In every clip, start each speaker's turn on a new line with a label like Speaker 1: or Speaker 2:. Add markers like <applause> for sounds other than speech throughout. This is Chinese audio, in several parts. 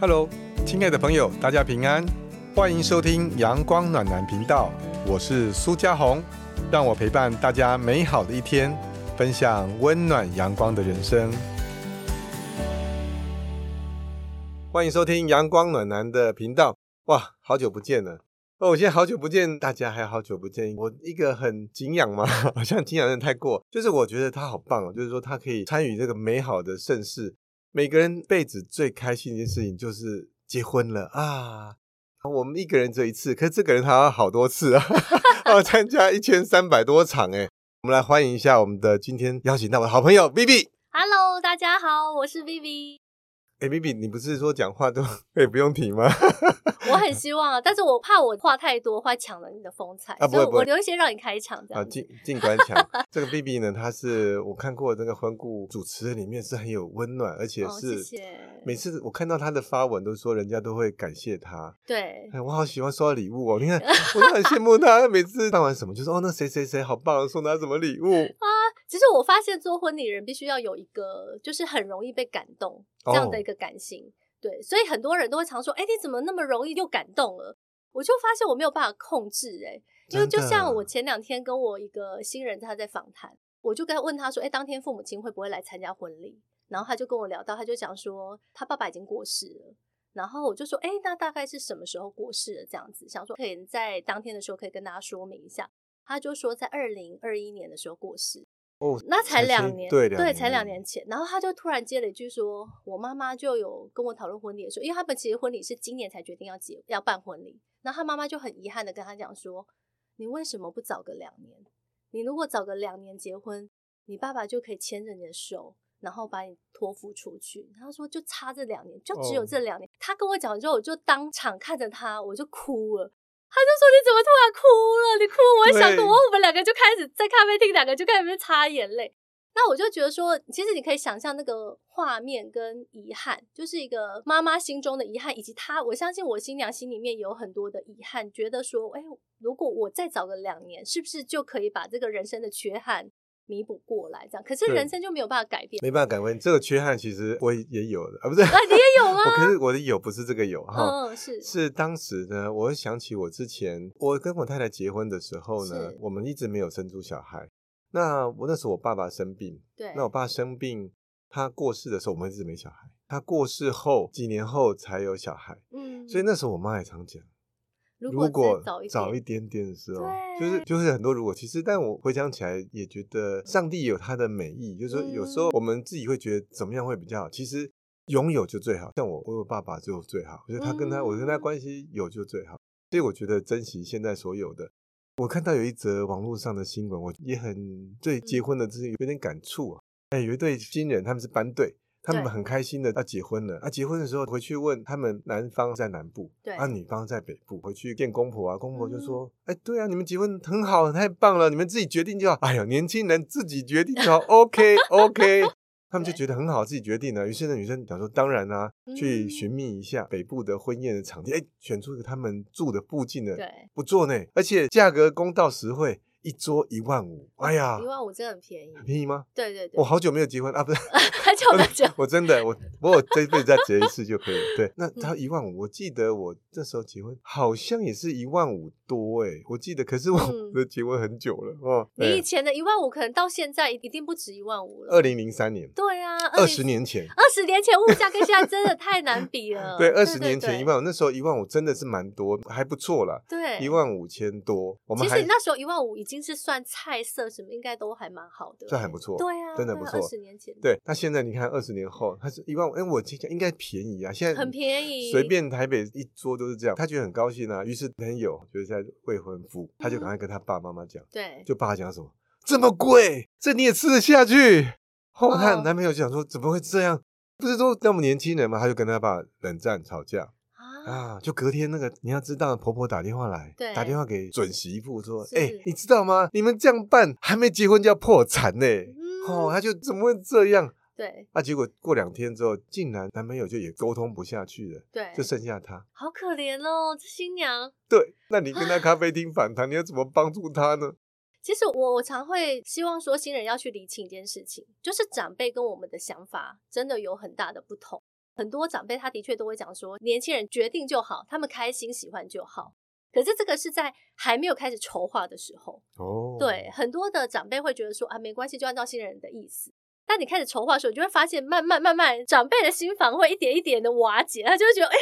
Speaker 1: Hello，亲爱的朋友，大家平安，欢迎收听阳光暖男频道，我是苏家红，让我陪伴大家美好的一天，分享温暖阳光的人生。欢迎收听阳光暖男的频道，哇，好久不见了。哦，我现在好久不见大家，还好久不见我一个很敬仰嘛， <laughs> 好像敬仰有点太过，就是我觉得他好棒哦，就是说他可以参与这个美好的盛世，每个人辈子最开心的一件事情就是结婚了啊！我们一个人只有一次，可是这个人他要好多次啊， <laughs> 哦，参加一千三百多场哎！我们来欢迎一下我们的今天邀请到我的好朋友 Vivi。
Speaker 2: Hello，大家好，我是 Vivi。
Speaker 1: 哎，Vivi，你不是说讲话都 <laughs> 可以不用停吗？
Speaker 2: 我很希望啊，但是我怕我话太多会抢了你的风采，
Speaker 1: 啊不会
Speaker 2: 所以
Speaker 1: 不会
Speaker 2: 我留一些让你开场这
Speaker 1: 啊，
Speaker 2: 样子。
Speaker 1: 静静观墙这个 B B 呢，她是我看过这个婚故主持人里面是很有温暖，而且
Speaker 2: 哦
Speaker 1: 是、
Speaker 2: 谢谢
Speaker 1: 每次我看到她的发文，都说人家都会感谢她。
Speaker 2: 对，
Speaker 1: 哎，我好喜欢收到礼物哦！你看，我都很羡慕她，每次办完什么就说哦，那谁谁谁好棒，送她什么礼物？
Speaker 2: 其实我发现做婚礼人必须要有一个，就是很容易被感动
Speaker 1: 哦
Speaker 2: <laughs> 这样的一个感性。对，所以很多人都会常说：“哎，你怎么那么容易就感动了？”我就发现我没有办法控制、哎，因为
Speaker 1: 真
Speaker 2: 就
Speaker 1: 的
Speaker 2: 像我前两天跟我一个新人他在访谈，我就跟他问他说：“哎，当天父母亲会不会来参加婚礼？”然后他就跟我聊到，他就讲说他爸爸已经过世了。然后我就说，哎，那大概是什么时候过世的？这样子，想说可以在当天的时候可以跟大家说明一下。他就说在二零二一年的时候过世，
Speaker 1: 哦，
Speaker 2: 那才两
Speaker 1: 是
Speaker 2: 年，
Speaker 1: 对嗯
Speaker 2: 对，才两年。前。然后他就突然接了一句说：“我妈妈就有跟我讨论婚礼的时候，因为他们其实婚礼是今年才决定要结要办婚礼。然后他妈妈就很遗憾的跟他讲说：‘你为什么不早个两年？你如果早个两年结婚，你爸爸就可以牵着你的手，然后把你托付出去。’他说就差这两年，就只有
Speaker 1: 哦
Speaker 2: 这两年。他跟我讲完之后，我就当场看着他，我就哭了。”他就说：“你怎么突然哭了？你哭，我也
Speaker 1: 对
Speaker 2: 想哭。”然后我们两个就开始在咖啡厅，两个就开始擦眼泪。那我就觉得说，其实你可以想象那个画面跟遗憾，就是一个妈妈心中的遗憾，以及她，我相信我新娘心里面有很多的遗憾，觉得说，哎，如果我再早个两年，是不是就可以把这个人生的缺憾弥补过来？这样，可是
Speaker 1: 对
Speaker 2: 人生就没有办法改变。
Speaker 1: 没办法感恩这个缺憾，其实我也有的啊，不是？
Speaker 2: 啊，你也有吗
Speaker 1: 我？可是我的有不是这个有哈。
Speaker 2: 嗯，嗯是
Speaker 1: 是当时呢，我会想起我之前我跟我太太结婚的时候呢
Speaker 2: 是，
Speaker 1: 我们一直没有生出小孩。那我那时候我爸爸生病，
Speaker 2: 对，
Speaker 1: 那我爸生病，他过世的时候我们一直没小孩，他过世后几年后才有小孩，
Speaker 2: 嗯，
Speaker 1: 所以那时候我妈也常讲，
Speaker 2: 如
Speaker 1: 如果
Speaker 2: 再早一
Speaker 1: 早一
Speaker 2: 点
Speaker 1: 点点的时候，
Speaker 2: 对
Speaker 1: 就是就是很多如果，其实但我回想起来也觉得上帝有他的美意，就是说有时
Speaker 2: 嗯
Speaker 1: 候我们自己会觉得怎么样会比较好，其实拥有就最好。像我，我有爸爸就最好，就是他跟他、
Speaker 2: 嗯
Speaker 1: 我跟他关系有就最好，所以我觉得珍惜现在所有的。我看到有一则网络上的新闻，我也很对
Speaker 2: 嗯
Speaker 1: 结婚的这些有点感触啊。哎，有一对新人，他们是班队，他们
Speaker 2: 对
Speaker 1: 很开心的要结婚了。啊，结婚的时候回去问他们，男方在南部，
Speaker 2: 对嗯
Speaker 1: 啊，女方在北部，回去见公婆啊，公婆就说：“哎、对啊，你们结婚很好，太棒了，你们自己决定就好。哎呦，年轻人自己决定就好
Speaker 2: <laughs>
Speaker 1: ，OK OK。”他们就
Speaker 2: 对
Speaker 1: 觉得很好，自己决定了。于是那女生想说：“当然啦、去
Speaker 2: 嗯
Speaker 1: 寻觅一下北部的婚宴的场地，哎，选出一个他们住的附近的，
Speaker 2: 对。
Speaker 1: 不错呢，而且价格公道实惠，一桌一万五。哎呀
Speaker 2: 一，万五真的很便宜，
Speaker 1: 很便宜吗？
Speaker 2: 对对对，
Speaker 1: 我好久没有结婚啊，不是。”，
Speaker 2: 很 <laughs> 久很久
Speaker 1: 我真的，我我这辈子再结一次就可以了。对，
Speaker 2: 嗯
Speaker 1: 那他一万五，我记得我那时候结婚好像也是一万五多哎、我记得，可 <laughs> 是我
Speaker 2: 嗯
Speaker 1: 的结婚很久了哦，
Speaker 2: 你以前的一万五可能到现在一定不止一万五了。
Speaker 1: 二零零三年，
Speaker 2: 对啊，
Speaker 1: 二十年前，
Speaker 2: 二十年前物价跟现在真的太难比
Speaker 1: <laughs>
Speaker 2: 了。
Speaker 1: 对，二十年前
Speaker 2: 呃对
Speaker 1: 一，万五，那时候一万五真的是蛮多，还不错啦，
Speaker 2: 对，
Speaker 1: 一。万五千多，我们
Speaker 2: 其
Speaker 1: 还
Speaker 2: 实那时候一万五已经是算菜色什么，应该都还蛮好的，
Speaker 1: 算很不错，
Speaker 2: 对啊，
Speaker 1: 真的不错
Speaker 2: 二十年前，，
Speaker 1: 对。那现在你看，二十年后，它是一万五，哎，我记得应该便宜啊，现在
Speaker 2: 很便宜，
Speaker 1: 随便台北一桌都是这样，他觉得很高兴啊。于是朋友就是在未婚夫，他
Speaker 2: 嗯
Speaker 1: 就赶快跟他爸妈妈讲，
Speaker 2: 对，
Speaker 1: 就爸讲什么这么贵，这你也吃得下去？后来他
Speaker 2: 哦
Speaker 1: 男朋友就想说怎么会这样？不是说那么年轻人嘛，他就跟他爸冷战吵架
Speaker 2: 啊，
Speaker 1: 啊。就隔天那个你要知道，婆婆打电话来，
Speaker 2: 对
Speaker 1: 打电话给准媳妇说，
Speaker 2: 是
Speaker 1: 哎、你知道吗？你们这样办还没结婚就要破产呢、哦，
Speaker 2: 嗯，
Speaker 1: 他就怎么会这样？
Speaker 2: 对
Speaker 1: 啊，结果过两天之后，竟然男朋友就也沟通不下去了，
Speaker 2: 对，
Speaker 1: 就剩下他。
Speaker 2: 好可怜哦，这新娘。
Speaker 1: 对，那你跟他咖啡厅反弹，你要怎么帮助他呢？
Speaker 2: 其实我我常会希望说新人要去理清一件事情，就是长辈跟我们的想法真的有很大的不同。很多长辈他的确都会讲说，年轻人决定就好，他们开心喜欢就好。可是这个是在还没有开始筹划的时候，
Speaker 1: 哦，
Speaker 2: 对，很多的长辈会觉得说啊，没关系，就按照新人的意思。但你开始筹划的时候，你就会发现，慢慢慢慢，长辈的心房会一点一点的瓦解，他就会觉得，哎、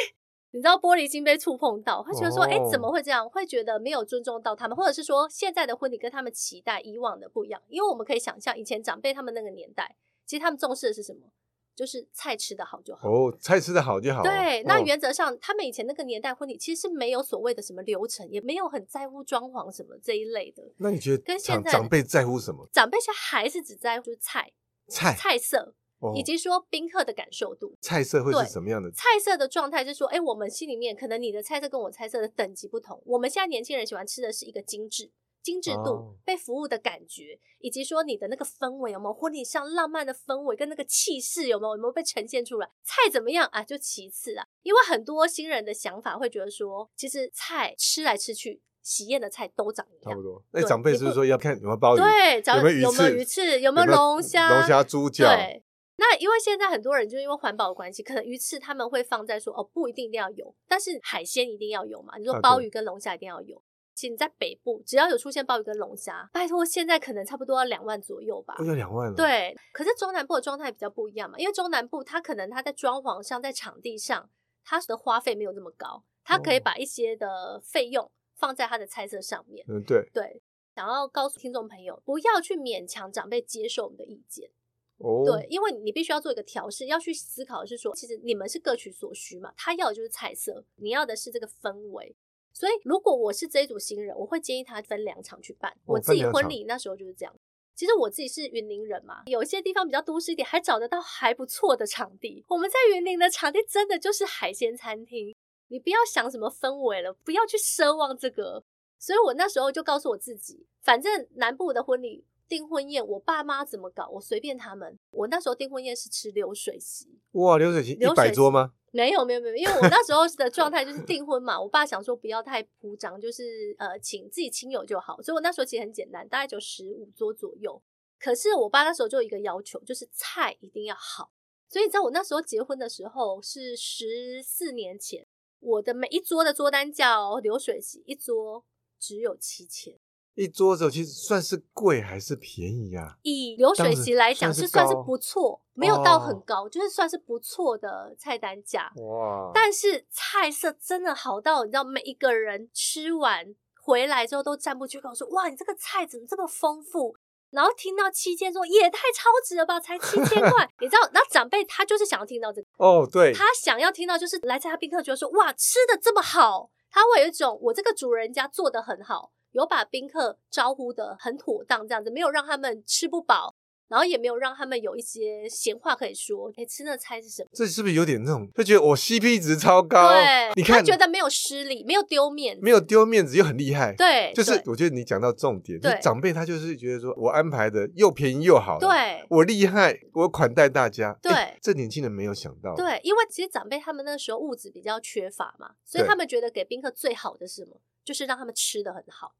Speaker 2: 你知道玻璃心被触碰到，会觉得说，哎、
Speaker 1: 哦
Speaker 2: 怎么会这样？会觉得没有尊重到他们，或者是说，现在的婚礼跟他们期待以往的不一样，因为我们可以想象，以前长辈他们那个年代，其实他们重视的是什么？就是菜吃的好就好。
Speaker 1: 哦，菜吃的好就好。
Speaker 2: 对，那
Speaker 1: 哦
Speaker 2: 原则上，他们以前那个年代婚礼其实是没有所谓的什么流程，也没有很在乎装潢什么这一类的。
Speaker 1: 那你觉得
Speaker 2: 跟现
Speaker 1: 长
Speaker 2: 在
Speaker 1: 长辈在乎什么？
Speaker 2: 长辈现在还是只在乎菜、
Speaker 1: 菜
Speaker 2: 菜色，
Speaker 1: 哦
Speaker 2: 以及说宾客的感受度。
Speaker 1: 菜色会
Speaker 2: 对
Speaker 1: 是什么样的？
Speaker 2: 菜色的状态是说，哎，我们心里面可能你的菜色跟我菜色的等级不同。我们现在年轻人喜欢吃的是一个精致、精致度、
Speaker 1: 哦
Speaker 2: 被服务的感觉，以及说你的那个氛围有没有婚礼上浪漫的氛围跟那个气势有没有有没有被呈现出来？菜怎么样啊？就其次啊，因为很多新人的想法会觉得说，其实菜吃来吃去，喜宴的菜都长一
Speaker 1: 差不
Speaker 2: 样。
Speaker 1: 多。那
Speaker 2: 对
Speaker 1: 长辈
Speaker 2: 你
Speaker 1: 是不
Speaker 2: 不
Speaker 1: 是说要看有没有鲍鱼？
Speaker 2: 对，找
Speaker 1: 有没有鱼
Speaker 2: 有没有
Speaker 1: 翅
Speaker 2: 鱼翅，有
Speaker 1: 有
Speaker 2: 没有龙虾？
Speaker 1: 龙虾、猪脚。
Speaker 2: 对，那因为现在很多人就是因为环保的关系，可能鱼翅他们会放在说哦，不一定一定要有，但是海鲜一定要有嘛。你
Speaker 1: 啊
Speaker 2: 说
Speaker 1: 对
Speaker 2: 鲍鱼跟龙虾一定要有。其实你在北部，只要有出现鲍鱼跟龙虾，拜托，现在可能差不多要两万左右吧。
Speaker 1: 哦，要两万了。，
Speaker 2: 对，可是中南部的状态比较不一样嘛，因为中南部它可能它在装潢上、在场地上，它的花费没有那么高，它可以
Speaker 1: 哦
Speaker 2: 把一些的费用放在它的菜色上面。
Speaker 1: 嗯，对。
Speaker 2: 对，想要告诉听众朋友，不要去勉强长辈接受我们的意见。
Speaker 1: 哦，
Speaker 2: 对，，因为你必须要做一个调试，要去思考的是说，其实你们是各取所需嘛，他要的就是菜色，你要的是这个氛围。所以，如果我是这一组新人，我会建议他分两场去办。我自
Speaker 1: 哦分
Speaker 2: 己
Speaker 1: 两
Speaker 2: 婚
Speaker 1: 场
Speaker 2: 礼那时候就是这样。其实我自己是云林人嘛，有一些地方比较都市一点，还找得到还不错的场地。我们在云林的场地真的就是海鲜餐厅，你不要想什么氛围了，不要去奢望这个。所以我那时候就告诉我自己，反正南部的婚礼订婚宴，我爸妈怎么搞，我随便他们。我那时候订婚宴是吃流水席，
Speaker 1: 哇，流水席一
Speaker 2: 流
Speaker 1: 百
Speaker 2: 水
Speaker 1: 桌吗？
Speaker 2: 没有没有没有，因为我那时候的状态就是订婚嘛，我爸想说不要太铺张，就是呃请自己亲友就好，所以我那时候其实很简单，大概就十五桌左右。可是我爸那时候就有一个要求，就是菜一定要好。所以你知道我那时候结婚的时候是十四年前，我的每一桌的桌单价哦，流水席一桌只有七千。
Speaker 1: 一桌子其实算是贵还是便宜啊？
Speaker 2: 以流水席来讲
Speaker 1: 当时
Speaker 2: 是
Speaker 1: 算
Speaker 2: 算
Speaker 1: 是
Speaker 2: 是
Speaker 1: 高
Speaker 2: 不错，没有到很
Speaker 1: 哦
Speaker 2: 高，就是算是不错的菜单价。
Speaker 1: 哇
Speaker 2: 但是菜色真的好到你知道，每一个人吃完回来之后都赞不绝口，说哇，你这个菜怎么这么丰富？然后听到七千说也太超值了吧，才七千块，你知道？然后长辈他就是想要听到这个，
Speaker 1: 哦，对，
Speaker 2: 他想要听到就是来自他宾客觉得说哇，吃的这么好，他会有一种我这个主人家做的很好，有把宾客招呼的很妥当，这样子没有让他们吃不饱，然后也没有让他们有一些闲话可以说。哎，吃那菜是什么？
Speaker 1: 这是不是有点那种就觉得我 CP 值超高？
Speaker 2: 对，
Speaker 1: 你看
Speaker 2: 他觉得没有失礼，没有丢面子，
Speaker 1: 没有丢面子又很厉害。
Speaker 2: 对，
Speaker 1: 就是
Speaker 2: 对
Speaker 1: 我觉得你讲到重点，就
Speaker 2: 对
Speaker 1: 是长辈他就是觉得说我安排的又便宜又好，，
Speaker 2: 对
Speaker 1: 我厉害，我款待大家。
Speaker 2: 对
Speaker 1: 诶这年轻人没有想到，，
Speaker 2: 对，因为其实长辈他们那时候物质比较缺乏嘛，所以
Speaker 1: 对
Speaker 2: 他们觉得给宾客最好的是什么，就是让他们吃的很好。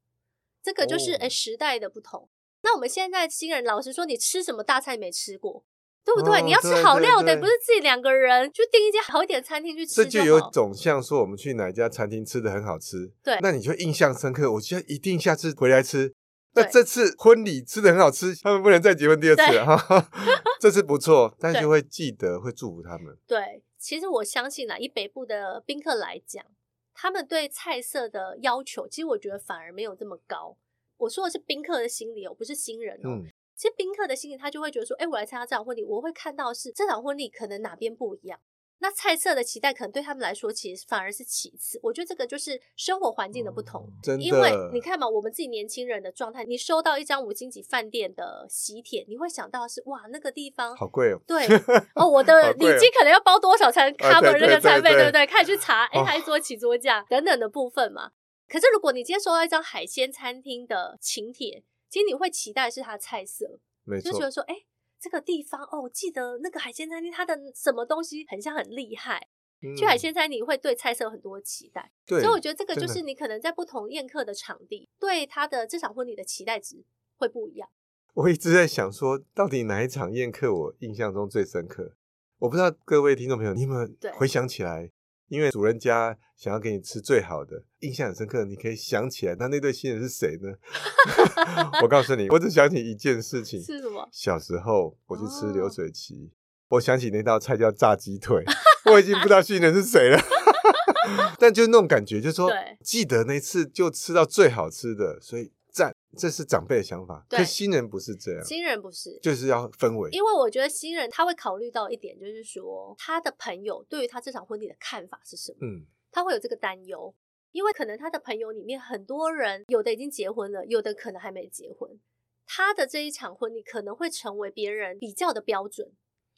Speaker 2: 这个就是
Speaker 1: 哦
Speaker 2: 诶、时代的不同。那我们现在新人，老实说，你吃什么大菜没吃过，对不对？
Speaker 1: 哦
Speaker 2: 你要吃
Speaker 1: 对
Speaker 2: 好
Speaker 1: 对
Speaker 2: 料的，
Speaker 1: 对
Speaker 2: 不是自己两个人去订一间好一点餐厅去
Speaker 1: 这
Speaker 2: 吃
Speaker 1: 就
Speaker 2: 好。
Speaker 1: 有种像说我们去哪家餐厅吃的很好吃，
Speaker 2: 对
Speaker 1: 那你就印象深刻，我觉得一定下次回来吃。那
Speaker 2: 对
Speaker 1: 这次婚礼吃的很好吃，他们不能再结婚第二次了
Speaker 2: <laughs>
Speaker 1: 哈。这次不错，但
Speaker 2: 对
Speaker 1: 就会记得，会祝福他们。
Speaker 2: 对，其实我相信啦，以北部的宾客来讲，他们对菜色的要求，其实我觉得反而没有这么高。我说的是宾客的心理哦，不是新人哦。
Speaker 1: 嗯，
Speaker 2: 其实宾客的心理，他就会觉得说，哎、我来参加这场婚礼，我会看到是这场婚礼可能哪边不一样。那菜色的期待可能对他们来说，其实反而是其次。我觉得这个就是生活环境的不同，
Speaker 1: 嗯真的，
Speaker 2: 因为你看嘛，我们自己年轻人的状态，你收到一张五星级饭店的喜帖，你会想到是哇，那个地方
Speaker 1: 好贵哦。
Speaker 2: 对哦，我的
Speaker 1: 好
Speaker 2: 礼
Speaker 1: 贵
Speaker 2: 金可能要包多少才能
Speaker 1: 啊对
Speaker 2: cover 那
Speaker 1: 对
Speaker 2: 个餐
Speaker 1: 对
Speaker 2: 费，
Speaker 1: 对
Speaker 2: 对不对？开始去查，哎，
Speaker 1: 哦
Speaker 2: 还桌起桌价等等的部分嘛。可是如果你今天收到一张海鲜餐厅的请帖，其实你会期待是它的菜色，
Speaker 1: <laughs> 没
Speaker 2: 就
Speaker 1: 错
Speaker 2: 觉，得说，哎，这个地方哦，我记得那个海鲜餐厅它的什么东西很像很厉害。
Speaker 1: 嗯
Speaker 2: 去海鲜餐厅你会对菜色有很多期待，
Speaker 1: 对，
Speaker 2: 所以我觉得这个就
Speaker 1: 真的
Speaker 2: 是你可能在不同宴客的场地对他的这场婚礼的期待值会不一样。
Speaker 1: 我一直在想说，到底哪一场宴客我印象中最深刻？我不知道各位听众朋友，你有没有
Speaker 2: 对
Speaker 1: 回想起来？因为主人家想要给你吃最好的，印象很深刻，你可以想起来他那对新人是谁呢？ <laughs> 我告诉你，我只想起一件事情，
Speaker 2: 是什么？
Speaker 1: 小时候我去吃
Speaker 2: 哦
Speaker 1: 流水席，我想起那道菜叫炸鸡腿， <laughs> 我已经不知道新人是谁了。 <laughs> 但就那种感觉，就是说
Speaker 2: 对
Speaker 1: 记得那次就吃到最好吃的，所以赞，这是长辈的想法。可
Speaker 2: 对
Speaker 1: 新人不是这样，
Speaker 2: 新人不是，
Speaker 1: 就是要氛围。
Speaker 2: 因为我觉得新人他会考虑到一点，就是说他的朋友对于他这场婚礼的看法是什么，
Speaker 1: 嗯，
Speaker 2: 他会有这个担忧，因为可能他的朋友里面很多人，有的已经结婚了，有的可能还没结婚，他的这一场婚礼可能会成为别人比较的标准。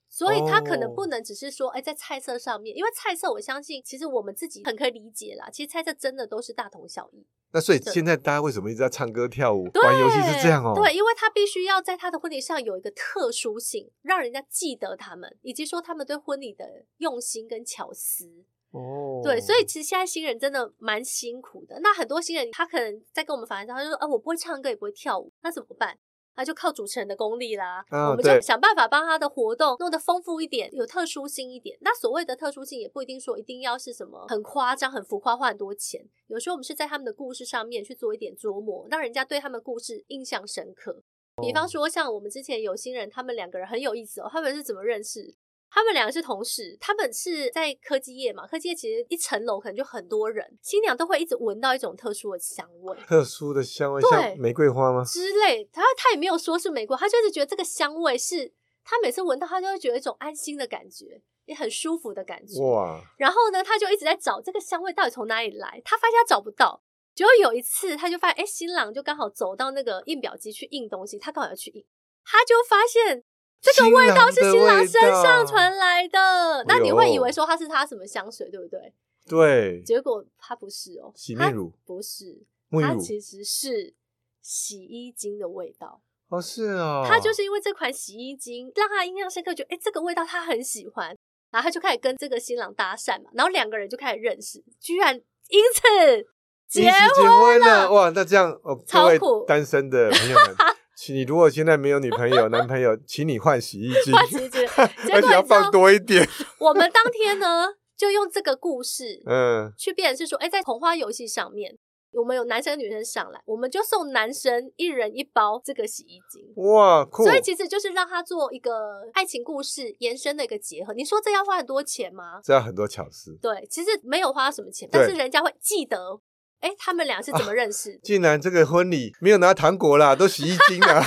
Speaker 2: 所以他可能
Speaker 1: 哦
Speaker 2: 不能只是说，哎、在菜色上面，因为菜色我相信，其实我们自己很可以理解啦。其实菜色真的都是大同小异，
Speaker 1: 那所以
Speaker 2: 这
Speaker 1: 现在大家为什么一直在唱歌跳舞、
Speaker 2: 对
Speaker 1: 玩游戏是这样哦？
Speaker 2: 对，因为他必须要在他的婚礼上有一个特殊性，让人家记得他们，以及说他们对婚礼的用心跟巧思。
Speaker 1: 哦，
Speaker 2: 对，所以其实现在新人真的蛮辛苦的。那很多新人他可能在跟我们反映上，他就说：“啊，我不会唱歌，也不会跳舞，那怎么办？”那啊就靠主持人的功力啦，
Speaker 1: 啊
Speaker 2: 我们
Speaker 1: 对
Speaker 2: 就想办法帮他的活动弄得丰富一点，有特殊性一点。那所谓的特殊性，也不一定说一定要是什么很夸张、很浮夸、花很多钱。有时候我们是在他们的故事上面去做一点琢磨，让人家对他们故事印象深刻。比
Speaker 1: 哦
Speaker 2: 方说，像我们之前有新人，他们两个人很有意思哦，他们是怎么认识？他们两个是同事，他们是在科技业嘛，科技业其实一层楼可能就很多人，新娘都会一直闻到一种特殊的香味
Speaker 1: 特殊的香味，
Speaker 2: 对
Speaker 1: 像玫瑰花吗？
Speaker 2: 之类。他他也没有说是玫瑰，他就是觉得这个香味是他每次闻到，他就会觉得一种安心的感觉，也很舒服的感觉。
Speaker 1: 哇，
Speaker 2: 然后呢，他就一直在找这个香味到底从哪里来，他发现他找不到。结果有一次，他就发现，哎，新郎就刚好走到那个印表机去印东西，他刚好要去印，他就发现这个味道是新郎身上传来的。
Speaker 1: 哎
Speaker 2: 那你会以为说他是他什么香水，对不对？
Speaker 1: 对，
Speaker 2: 结果他不是哦，
Speaker 1: 洗
Speaker 2: 他
Speaker 1: 面乳、
Speaker 2: 不是，
Speaker 1: 沐浴
Speaker 2: 他
Speaker 1: 乳
Speaker 2: 其实是洗衣精的味道。
Speaker 1: 哦，是哦，
Speaker 2: 他就是因为这款洗衣精让他印象深刻，觉得哎、诶这个味道他很喜欢，然后他就开始跟这个新郎搭讪嘛，然后两个人就开始认识，居然因此
Speaker 1: 因
Speaker 2: 结
Speaker 1: 此
Speaker 2: 婚。
Speaker 1: 婚了哇！那这样哦，各
Speaker 2: 超
Speaker 1: 位
Speaker 2: 苦
Speaker 1: 单身的朋友们，请你如果现在没有女朋友、男朋友，请你换洗衣机，
Speaker 2: <laughs> 换洗衣机
Speaker 1: <laughs> 而
Speaker 2: 结
Speaker 1: 且要
Speaker 2: 果你知
Speaker 1: 放
Speaker 2: 道，
Speaker 1: 多一点。
Speaker 2: 我们当天呢就用这个故事
Speaker 1: 嗯，
Speaker 2: 去变成是说，哎、在红花游戏上面。我们有男生女生上来，我们就送男生一人一包这个洗衣精，
Speaker 1: 哇，酷！
Speaker 2: 所以其实就是让他做一个爱情故事延伸的一个结合。你说这要花很多钱吗？
Speaker 1: 这要很多巧思。
Speaker 2: 对，其实没有花什么钱，
Speaker 1: 对
Speaker 2: 但是人家会记得，哎，他们俩是
Speaker 1: <laughs>
Speaker 2: 怎么认识的？
Speaker 1: 竟然这个婚礼没有拿糖果啦，都洗衣精啦，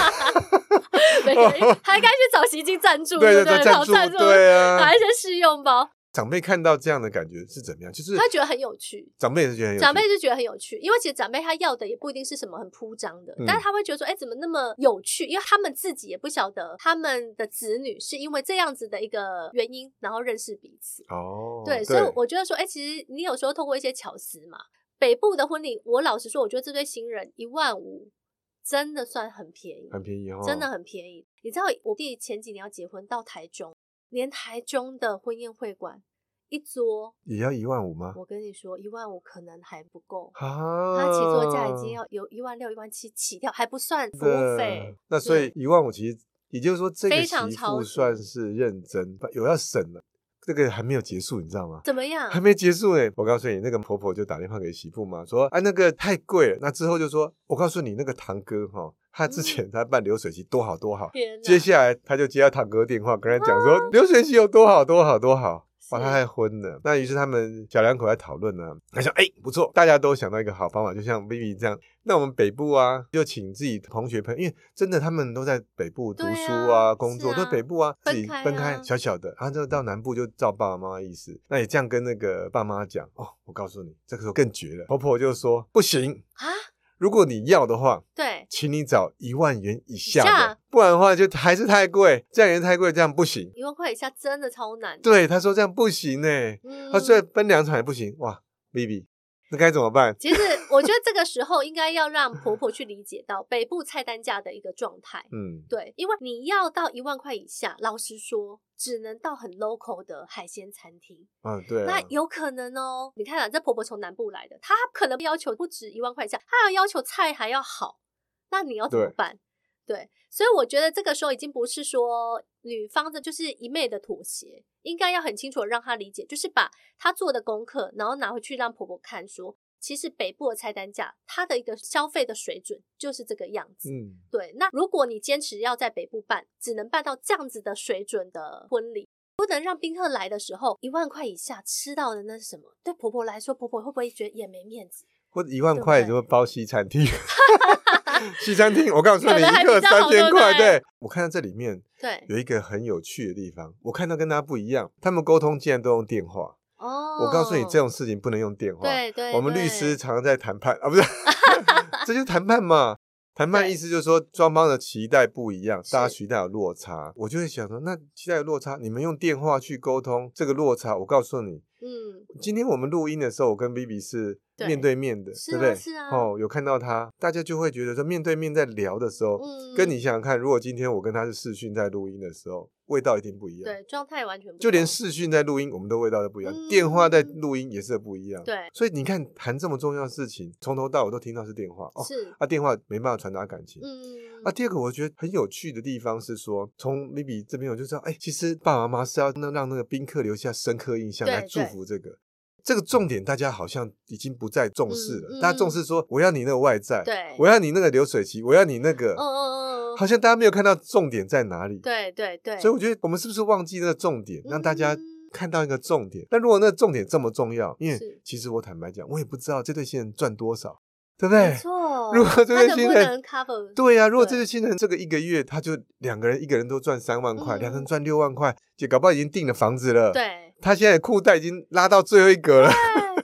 Speaker 1: <laughs>
Speaker 2: 没有还该去找洗衣机赞助，
Speaker 1: 对
Speaker 2: 对
Speaker 1: 对，
Speaker 2: 不
Speaker 1: 赞
Speaker 2: 找
Speaker 1: 助，
Speaker 2: 赞助，
Speaker 1: 对啊
Speaker 2: 拿。一些试用包，
Speaker 1: 长辈看到这样的感觉是怎么样？就是
Speaker 2: 他觉得很有趣。
Speaker 1: 长辈也是觉得很有趣
Speaker 2: 长辈就觉得很有趣，因为其实长辈他要的也不一定是什么很铺张的，
Speaker 1: 嗯
Speaker 2: 但是他会觉得说，哎，怎么那么有趣？因为他们自己也不晓得他们的子女是因为这样子的一个原因，然后认识彼此。
Speaker 1: 哦，
Speaker 2: 对，所以我觉得说，哎、其实你有时候透过一些巧思嘛，北部的婚礼，我老实说，我觉得这对新人一万五真的算很便宜，
Speaker 1: 很便宜哦，
Speaker 2: 真的很便宜。你知道我弟前几年要结婚到台中，连台中的婚宴会馆一桌，
Speaker 1: 也要一万五吗？
Speaker 2: 我跟你说一万五可能还不够。
Speaker 1: 啊，
Speaker 2: 他起桌价已经要有一万六、一万七起跳，还不算服务费
Speaker 1: 对。嗯那所以一万五其实，也就是说这个
Speaker 2: 非常
Speaker 1: 媳
Speaker 2: 超
Speaker 1: 妇
Speaker 2: 值
Speaker 1: 算是认真，有要省了。这个还没有结束，你知道吗？
Speaker 2: 怎么样
Speaker 1: 还？没结束呢、我告诉你，那个婆婆就打电话给媳妇嘛，说啊那个太贵了。那之后就说，我告诉你，那个堂哥哈、他
Speaker 2: 嗯
Speaker 1: 之前他办流水席多好多好，
Speaker 2: 天哪！
Speaker 1: 接下来他就接到堂哥电话，跟他讲说、流水席有多好多好多好。哇，
Speaker 2: 啊是
Speaker 1: 他还昏了。那于是他们小两口在讨论呢、他想，哎、不错，大家都想到一个好方法，就像 Vivi 这样。那我们北部啊，就请自己同学朋友，因为真的他们都在北部读
Speaker 2: 对
Speaker 1: 书
Speaker 2: 啊
Speaker 1: 工作，
Speaker 2: 是
Speaker 1: 都
Speaker 2: 啊
Speaker 1: 北部啊，自
Speaker 2: 分
Speaker 1: 己
Speaker 2: 开
Speaker 1: 分开
Speaker 2: 啊
Speaker 1: 小小的，然后就到南部就照爸爸妈妈意思。那也这样跟那个爸妈讲哦，我告诉你，这个时候更绝了。婆婆就说不行，
Speaker 2: 啊，
Speaker 1: 如果你要的话，
Speaker 2: 对，
Speaker 1: 请你找一万元以下
Speaker 2: 以
Speaker 1: 的
Speaker 2: 下，
Speaker 1: 不然的话就还是太贵，这样也太贵，这样不行。
Speaker 2: 一万块以下真的超难。
Speaker 1: 对，他说这样不行呢，
Speaker 2: 嗯
Speaker 1: 他说分两场也不行，哇，Vivi，那该怎么办？
Speaker 2: 其实我觉得这个时候应该要让婆婆去理解到北部菜单价的一个状态。
Speaker 1: 嗯，
Speaker 2: 对，因为你要到一万块以下，老实说，只能到很 local 的海鲜餐厅。
Speaker 1: 啊，对啊
Speaker 2: 那，有可能哦，你看啊，这婆婆从南部来的，她可能要求不止一万块以下，她要要求菜还要好，那你要怎么
Speaker 1: 对
Speaker 2: 办？对，所以我觉得这个时候已经不是说女方的就是一昧的妥协，应该要很清楚地让她理解，就是把她做的功课，然后拿回去让婆婆看说，其实北部的菜单价它的一个消费的水准就是这个样子。
Speaker 1: 嗯，
Speaker 2: 对，那如果你坚持要在北部办，只能办到这样子的水准的婚礼，不能让宾客来的时候一万块以下吃到的那是什么？对婆婆来说，婆婆会不会觉得也没面子？
Speaker 1: 或者一万块
Speaker 2: 对不
Speaker 1: 就包西餐厅， <laughs> 西餐厅，我告诉你，
Speaker 2: 可能还
Speaker 1: 一个
Speaker 2: 比较好
Speaker 1: 三千块，
Speaker 2: 对不对
Speaker 1: 对我看到这里面
Speaker 2: 对，
Speaker 1: 有一个很有趣的地方，我看到跟大家不一样，他们沟通竟然都用电话。
Speaker 2: 哦，
Speaker 1: 我告诉你，这种事情不能用电话。
Speaker 2: 对对，
Speaker 1: 我们律
Speaker 2: 对
Speaker 1: 师常常在谈判啊，不是， <laughs> 这就是谈判嘛。谈判
Speaker 2: 对
Speaker 1: 意思就是说，双方的期待不一样，
Speaker 2: 是
Speaker 1: 大家期待有落差。我就会想说，那期待有落差，你们用电话去沟通这个落差，我告诉你，
Speaker 2: 嗯，
Speaker 1: 今天我们录音的时候，我跟 Vivi 是
Speaker 2: 对
Speaker 1: 面对面的，
Speaker 2: 是
Speaker 1: 对
Speaker 2: 啊
Speaker 1: 不对？
Speaker 2: 是啊
Speaker 1: 哦，有看到他，大家就会觉得说，面对面在聊的时候，
Speaker 2: 嗯
Speaker 1: 跟你想想看，如果今天我跟他是视讯在录音的时候，味道一定不一样。
Speaker 2: 对状态完全不
Speaker 1: 就连
Speaker 2: 同
Speaker 1: 视讯在录音，我们的味道都不一样；
Speaker 2: 嗯
Speaker 1: 电话在录音也是不一样。
Speaker 2: 对
Speaker 1: 所以你看，谈这么重要的事情，从头到尾都听到是电话哦。
Speaker 2: 是
Speaker 1: 啊，电话没办法传达感情。
Speaker 2: 嗯
Speaker 1: 啊，第二个我觉得很有趣的地方是说，从 maybe 这边我就知道，哎，其实爸爸妈妈是要让让那个宾客留下深刻印象
Speaker 2: 对
Speaker 1: 来祝福这个。这个重点大家好像已经不再重视了，
Speaker 2: 嗯嗯
Speaker 1: 大家重视说我要你那个外在，
Speaker 2: 对，
Speaker 1: 我要你那个流水席，我要你那个，
Speaker 2: 嗯嗯嗯嗯
Speaker 1: 好像大家没有看到重点在哪里。
Speaker 2: 对对对，
Speaker 1: 所以我觉得我们是不是忘记那个重点，让大家
Speaker 2: 嗯
Speaker 1: 看到一个重点？但如果那个重点这么重要，因为
Speaker 2: 是
Speaker 1: 其实我坦白讲，我也不知道这对新人赚多少，对不对
Speaker 2: 没？错，
Speaker 1: 哎如果这
Speaker 2: 他
Speaker 1: 对
Speaker 2: 能
Speaker 1: 新
Speaker 2: 不
Speaker 1: 人
Speaker 2: 能 cover
Speaker 1: 对呀、如果这
Speaker 2: 对
Speaker 1: 对新人这个一个月他就两个人，一个人都赚三万块，
Speaker 2: 嗯
Speaker 1: 两个人赚六万块，就搞不好已经订了房子了。，
Speaker 2: 对
Speaker 1: 他现在裤带已经拉到最后一格了， <laughs>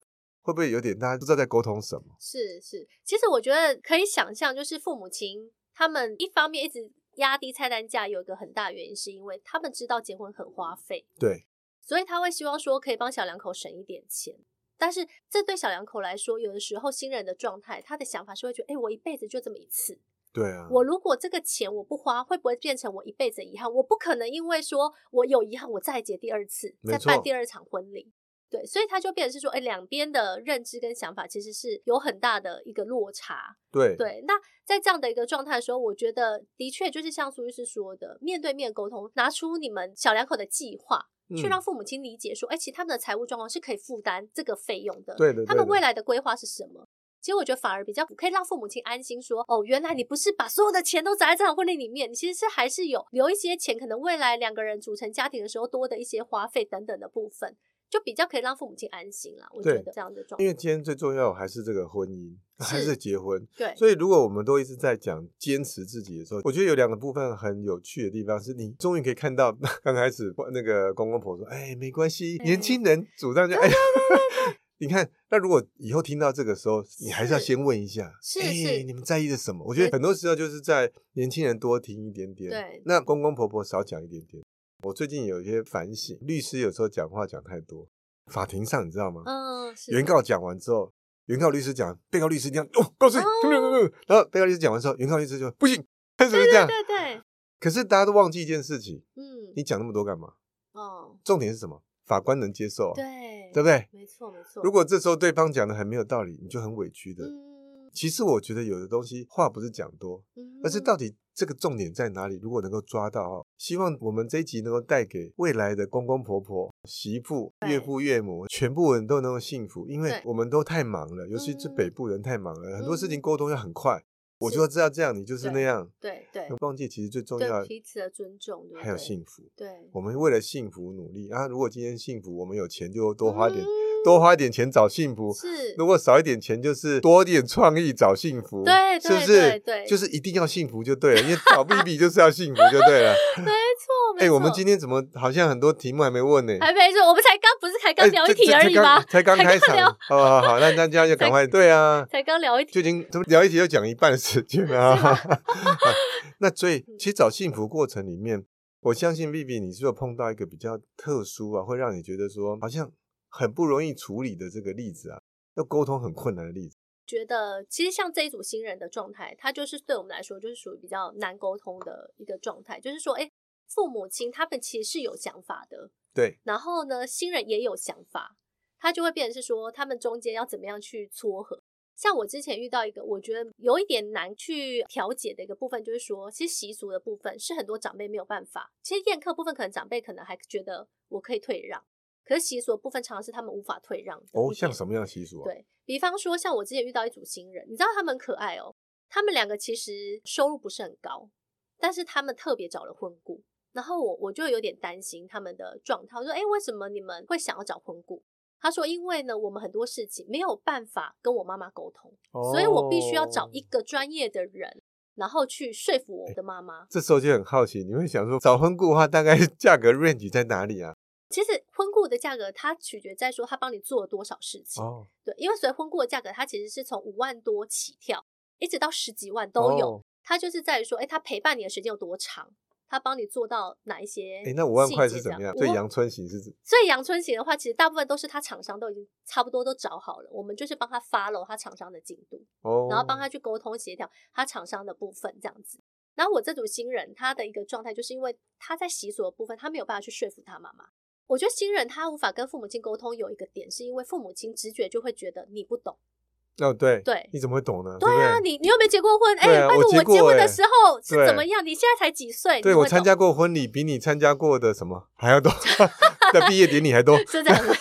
Speaker 1: 会不会有点大家不知道在沟通什么？
Speaker 2: 是是，其实我觉得可以想象，就是父母亲他们一方面一直压低菜单价，有一个很大原因是因为他们知道结婚很花费，
Speaker 1: 对，
Speaker 2: 所以他会希望说可以帮小两口省一点钱。但是这对小两口来说，有的时候新人的状态，他的想法是会觉得，哎、我一辈子就这么一次，
Speaker 1: 对啊，
Speaker 2: 我如果这个钱我不花，会不会变成我一辈子的遗憾？我不可能因为说我有遗憾，我再结第二次，
Speaker 1: 没
Speaker 2: 再
Speaker 1: 错
Speaker 2: 办第二场婚礼。对，所以他就变成是说，哎、两边的认知跟想法其实是有很大的一个落差。
Speaker 1: 对
Speaker 2: 对，那在这样的一个状态的时候，我觉得的确就是像苏律师说的，面对面沟通，拿出你们小两口的计划，
Speaker 1: 嗯
Speaker 2: 去让父母亲理解说，哎、其实他们的财务状况是可以负担这个费用的。
Speaker 1: 对的
Speaker 2: 他
Speaker 1: 对
Speaker 2: 们
Speaker 1: 的
Speaker 2: 未来的规划是什么？其实我觉得反而比较可以让父母亲安心说，哦，原来你不是把所有的钱都砸在这场婚礼里面，你其实是还是有留一些钱，可能未来两个人组成家庭的时候多的一些花费等等的部分，就比较可以让父母亲安心啦。我觉
Speaker 1: 对
Speaker 2: 得这样的状
Speaker 1: 因为今天最重要的还是这个婚姻，还
Speaker 2: 是
Speaker 1: 是结婚。
Speaker 2: 对，
Speaker 1: 所以，如果我们都一直在讲坚持自己的时候，我觉得有两个部分很有趣的地方，是你终于可以看到 <laughs> 刚开始那个公公婆说：“哎，没关系，
Speaker 2: 哎
Speaker 1: 年轻人主张就哎。” <laughs> 你看，那如果以后听到这个时候，你还是要
Speaker 2: 是
Speaker 1: 先问一下，
Speaker 2: 是
Speaker 1: 哎
Speaker 2: 是
Speaker 1: 你们在意的什么？我觉得很多时候就是在年轻人多听一点点，
Speaker 2: 对
Speaker 1: 那公公婆婆少讲一点点。我最近有一些反省，律师有时候讲话讲太多，法庭上你知道吗？
Speaker 2: 嗯，是
Speaker 1: 原告讲完之后，原告律师讲，被告律师这样，哦，告诉你，对对对对 <laughs> 然后被告律师讲完之后，原告律师就不行，为什么这样？
Speaker 2: 对对，
Speaker 1: 可是大家都忘记一件事情，
Speaker 2: 嗯，
Speaker 1: 你讲那么多干嘛？
Speaker 2: 哦，
Speaker 1: 重点是什么？法官能接受、啊，
Speaker 2: 对，
Speaker 1: 对不对？
Speaker 2: 没错没错。
Speaker 1: 如果这时候对方讲的很没有道理，你就很委屈的。
Speaker 2: 嗯，
Speaker 1: 其实我觉得有的东西话不是讲多，
Speaker 2: 嗯
Speaker 1: 而是到底这个重点在哪里？如果能够抓到哦，希望我们这一集能够带给未来的公公婆婆、媳妇、
Speaker 2: 对
Speaker 1: 岳父岳母，全部人都能够幸福，因为
Speaker 2: 对
Speaker 1: 我们都太忙了，尤其是
Speaker 2: 嗯
Speaker 1: 北部人太忙了，很多事情
Speaker 2: 嗯
Speaker 1: 沟通要很快。我
Speaker 2: 是
Speaker 1: 就要知道这样，你就是那
Speaker 2: 对
Speaker 1: 样。
Speaker 2: 对对
Speaker 1: 忘记其实最重要
Speaker 2: 对
Speaker 1: 的
Speaker 2: 彼此的尊重，对不
Speaker 1: 还有
Speaker 2: 对
Speaker 1: 幸福。
Speaker 2: 对，
Speaker 1: 我们为了幸福努力啊！如果今天幸福，我们有钱就多花一点，
Speaker 2: 嗯
Speaker 1: 多花一点钱找幸福。
Speaker 2: 是
Speaker 1: 如果少一点钱，就是多一点创意找幸福，
Speaker 2: 对
Speaker 1: 是不是？
Speaker 2: 对对对
Speaker 1: 就是一定要幸福就对了，因为找 B B 就是要幸福就对了。
Speaker 2: 没错 <laughs> 没
Speaker 1: 哎、
Speaker 2: 错。
Speaker 1: 我们今天怎么好像很多题目还没问呢？哎
Speaker 2: 还没说，我们才刚不是才刚聊一题而已吗？
Speaker 1: 才刚才刚开场
Speaker 2: 聊，
Speaker 1: 好好好，那大
Speaker 2: <laughs>
Speaker 1: 家就赶快对啊，
Speaker 2: 才刚聊一题
Speaker 1: 就已经怎么聊一题就讲一半的时间了、
Speaker 2: <laughs>
Speaker 1: 啊。那所以，
Speaker 2: 嗯
Speaker 1: 其实找幸福过程里面，我相信 B B 你是不是有碰到一个比较特殊啊，会让你觉得说好像很不容易处理的这个例子啊，要沟通很困难的例子。
Speaker 2: 觉得，其实像这一组新人的状态，他就是对我们来说就是属于比较难沟通的一个状态，就是说，哎，父母亲他们其实是有想法的，
Speaker 1: 对，
Speaker 2: 然后呢，新人也有想法，他就会变成是说，他们中间要怎么样去撮合。像我之前遇到一个，我觉得有一点难去调解的一个部分，就是说，其实习俗的部分是很多长辈没有办法。其实宴客部分，可能长辈可能还觉得我可以退让，可是习俗的部分常常是他们无法退让的。
Speaker 1: 哦，像什么样的习俗啊？，
Speaker 2: 对比方说，像我之前遇到一组新人，你知道他们很可爱哦。他们两个其实收入不是很高，但是他们特别找了婚顾。然后我我就有点担心他们的状态，我说：“哎，为什么你们会想要找婚顾？”他说：“因为呢，我们很多事情没有办法跟我妈妈沟通，所以我必须要找一
Speaker 1: 哦。
Speaker 2: 个专业的人，然后去说服我的妈妈。
Speaker 1: 这时候就很好奇，你会想说，找婚顾的话，大概 <laughs> 价格 range 在哪里啊？
Speaker 2: 其实婚顾的价格，它取决在说他帮你做了多少事情。
Speaker 1: 哦，
Speaker 2: 对，因为所以婚顾的价格，它其实是从五万多起跳，一直到十几万都有。
Speaker 1: 哦。
Speaker 2: 它就是在于说，哎、他陪伴你的时间有多长，他帮你做到哪一些？
Speaker 1: 哎，那五万块是怎么样？最
Speaker 2: 阳。
Speaker 1: 阳春型是指
Speaker 2: 所以阳春型的话，其实大部分都是他厂商都已经差不多都找好了，我们就是帮他 follow 他厂商的进度，
Speaker 1: 哦，
Speaker 2: 然后帮他去沟通协调他厂商的部分这样子。然后我这组新人他的一个状态，就是因为他在习俗的部分，他没有办法去说服他妈妈。我觉得新人他无法跟父母亲沟通，有一个点是因为父母亲直觉就会觉得你不懂，
Speaker 1: 哦，对
Speaker 2: 对
Speaker 1: 你怎么会懂呢？
Speaker 2: 对啊，
Speaker 1: 不对
Speaker 2: 你你又没结过婚，哎、
Speaker 1: 对啊
Speaker 2: 拜
Speaker 1: 我
Speaker 2: 托
Speaker 1: 结
Speaker 2: 我结
Speaker 1: 过
Speaker 2: 婚的
Speaker 1: 哎
Speaker 2: 时候是
Speaker 1: 对
Speaker 2: 怎么样？你现在才几岁？
Speaker 1: 对
Speaker 2: 你
Speaker 1: 我
Speaker 2: 会
Speaker 1: 参
Speaker 2: 懂
Speaker 1: 加过婚礼，比你参加过的什么还要
Speaker 2: <laughs>
Speaker 1: 多的毕业典礼还多。
Speaker 2: 是这
Speaker 1: <laughs>
Speaker 2: 样的。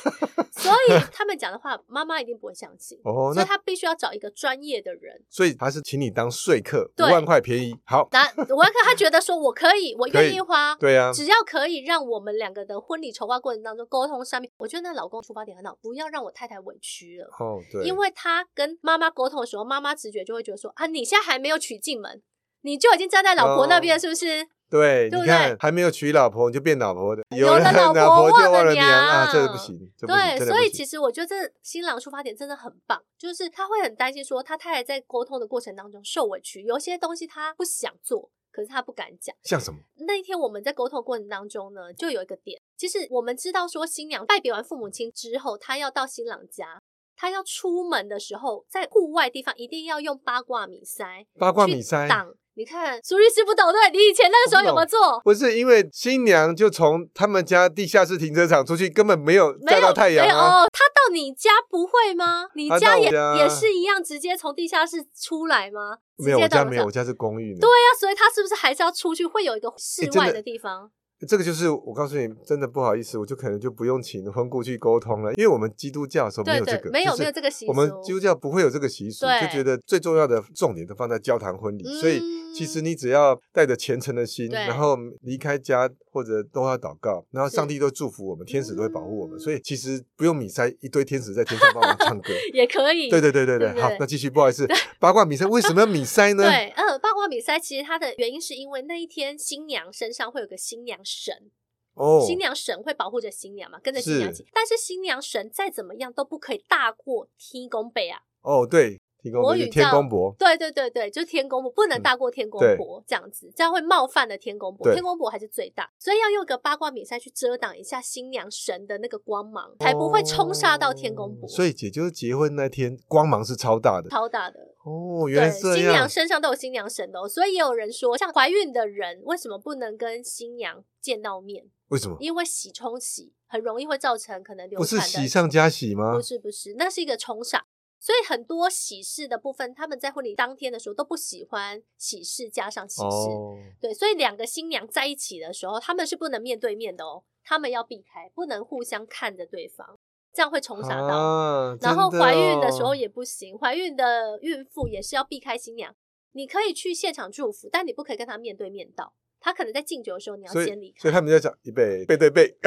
Speaker 2: 所以他们讲的话，妈妈一定不会相信。
Speaker 1: 哦，
Speaker 2: 所以
Speaker 1: 那
Speaker 2: 他必须要找一个专业的人。
Speaker 1: 所以他是请你当说客，五
Speaker 2: 对
Speaker 1: 万块便宜，好，
Speaker 2: 那我要看他觉得说我可以，我
Speaker 1: 可以
Speaker 2: 愿意花，
Speaker 1: 对啊，
Speaker 2: 只要可以让我们两个的婚礼筹划过程当中沟通上面，我觉得那老公出发点很好，不要让我太太委屈了。
Speaker 1: 哦，对，
Speaker 2: 因为他跟妈妈沟通的时候，妈妈直觉就会觉得说啊，你现在还没有娶进门，你就已经站在老婆那边了，
Speaker 1: 哦
Speaker 2: 是不是？
Speaker 1: 对，
Speaker 2: 对
Speaker 1: 你
Speaker 2: 不
Speaker 1: 看
Speaker 2: 对
Speaker 1: 还没有娶老婆你就变老婆的，
Speaker 2: 有
Speaker 1: 了
Speaker 2: 了老
Speaker 1: 婆
Speaker 2: 婆
Speaker 1: 就
Speaker 2: 忘了
Speaker 1: 了啊，
Speaker 2: 娘
Speaker 1: 这个不行，这不行
Speaker 2: 对，
Speaker 1: 真的
Speaker 2: 所
Speaker 1: 不
Speaker 2: 以
Speaker 1: 行
Speaker 2: 其实我觉得这新郎出发点真的很棒，就是他会很担心说他太太在沟通的过程当中受委屈，有些东西他不想做，可是他不敢讲。
Speaker 1: 像什么？
Speaker 2: 那一天我们在沟通的过程当中呢，就有一个点，其实我们知道说新娘拜别完父母亲之后，她要到新郎家，她要出门的时候，在户外地方一定要用八卦米塞
Speaker 1: 八卦米
Speaker 2: 去
Speaker 1: 塞
Speaker 2: 挡。你看苏律师不懂对，你以前那个时候有没有做？
Speaker 1: 不是因为新娘就从他们家地下室停车场出去，根本没有
Speaker 2: 没
Speaker 1: 晒
Speaker 2: 有
Speaker 1: 到太阳
Speaker 2: 没有
Speaker 1: 啊，
Speaker 2: 哦，他到你家不会吗？你
Speaker 1: 他
Speaker 2: 家
Speaker 1: 到我
Speaker 2: 也、
Speaker 1: 家
Speaker 2: 也是一样，直接从地下室出来吗？
Speaker 1: 没有，
Speaker 2: 哦直接
Speaker 1: 我
Speaker 2: 到
Speaker 1: 家
Speaker 2: 楼
Speaker 1: 没有，
Speaker 2: 上
Speaker 1: 我家是公寓呢。
Speaker 2: 对啊，所以他是不是还是要出去？会有一个室
Speaker 1: 真
Speaker 2: 外
Speaker 1: 的
Speaker 2: 的地方？
Speaker 1: 这个就是我告诉你，真的不好意思，我就可能就不用请婚顾去沟通了，因为我们基督教的时候没
Speaker 2: 对
Speaker 1: 有这
Speaker 2: 对
Speaker 1: 个，，
Speaker 2: 没有
Speaker 1: 就是
Speaker 2: 没有这个习俗。
Speaker 1: 我们基督教不会有这个习俗，
Speaker 2: 对
Speaker 1: 就觉得最重要的重点都放在交谈婚礼，
Speaker 2: 嗯
Speaker 1: 所以其实你只要带着虔诚的心，
Speaker 2: 对
Speaker 1: 然后离开家或者都要祷告，然后
Speaker 2: 是
Speaker 1: 上帝都祝福我们，天使都会保护我们，
Speaker 2: 嗯
Speaker 1: 所以其实不用米塞，一堆天使在天上帮我们唱歌。
Speaker 2: 也可以。
Speaker 1: 对对对对
Speaker 2: 对
Speaker 1: 对，
Speaker 2: 对
Speaker 1: 好，那继续，不好意思，八卦米塞为什么要米塞呢？
Speaker 2: <laughs> 对，嗯，八卦比赛其实它的原因是因为那一天新娘身上会有个新娘神，
Speaker 1: 哦，
Speaker 2: 新娘神会保护着新娘嘛，跟着新娘一起
Speaker 1: 是。
Speaker 2: 但是新娘神再怎么样都不可以大过天公伯啊，
Speaker 1: 哦对，提供
Speaker 2: 国
Speaker 1: 的
Speaker 2: 语
Speaker 1: 是天
Speaker 2: 叫
Speaker 1: 公伯，
Speaker 2: 对对对对，就是天公伯不能
Speaker 1: 嗯
Speaker 2: 大过天公
Speaker 1: 对
Speaker 2: 伯、这样子，这样会冒犯了天公伯。
Speaker 1: 对
Speaker 2: 天公伯还是最大，所以要用个八卦比赛去遮挡一下新娘神的那个光芒，才不会冲煞到天公伯。
Speaker 1: 哦所以也就是结婚那天光芒是超大的
Speaker 2: 超大的，
Speaker 1: 哦，原
Speaker 2: 对，
Speaker 1: 来是这
Speaker 2: 新
Speaker 1: 样
Speaker 2: 娘。身上都有新娘神的、哦，所以也有人说，像怀孕的人为什么不能跟新娘见到面？
Speaker 1: 为什么？
Speaker 2: 因为喜冲喜很容易会造成可能流
Speaker 1: 不
Speaker 2: 产
Speaker 1: 是
Speaker 2: 的。
Speaker 1: 喜上加喜吗？
Speaker 2: 不是不是，那是一个冲煞。所以很多喜事的部分，他们在婚礼当天的时候都不喜欢喜事加上喜事，
Speaker 1: 哦，
Speaker 2: 对，所以两个新娘在一起的时候，他们是不能面对面的哦，他们要避开，不能互相看着对方，这样会冲煞到。
Speaker 1: 啊
Speaker 2: 然后怀孕的时
Speaker 1: 真
Speaker 2: 候，
Speaker 1: 哦
Speaker 2: 也不行，怀孕的孕妇也是要避开新娘。你可以去现场祝福，但你不可以跟她面对面到。她可能在敬酒的时候，你要
Speaker 1: 所
Speaker 2: 先离
Speaker 1: 以
Speaker 2: 开。
Speaker 1: 所以他们就在讲一背背对背，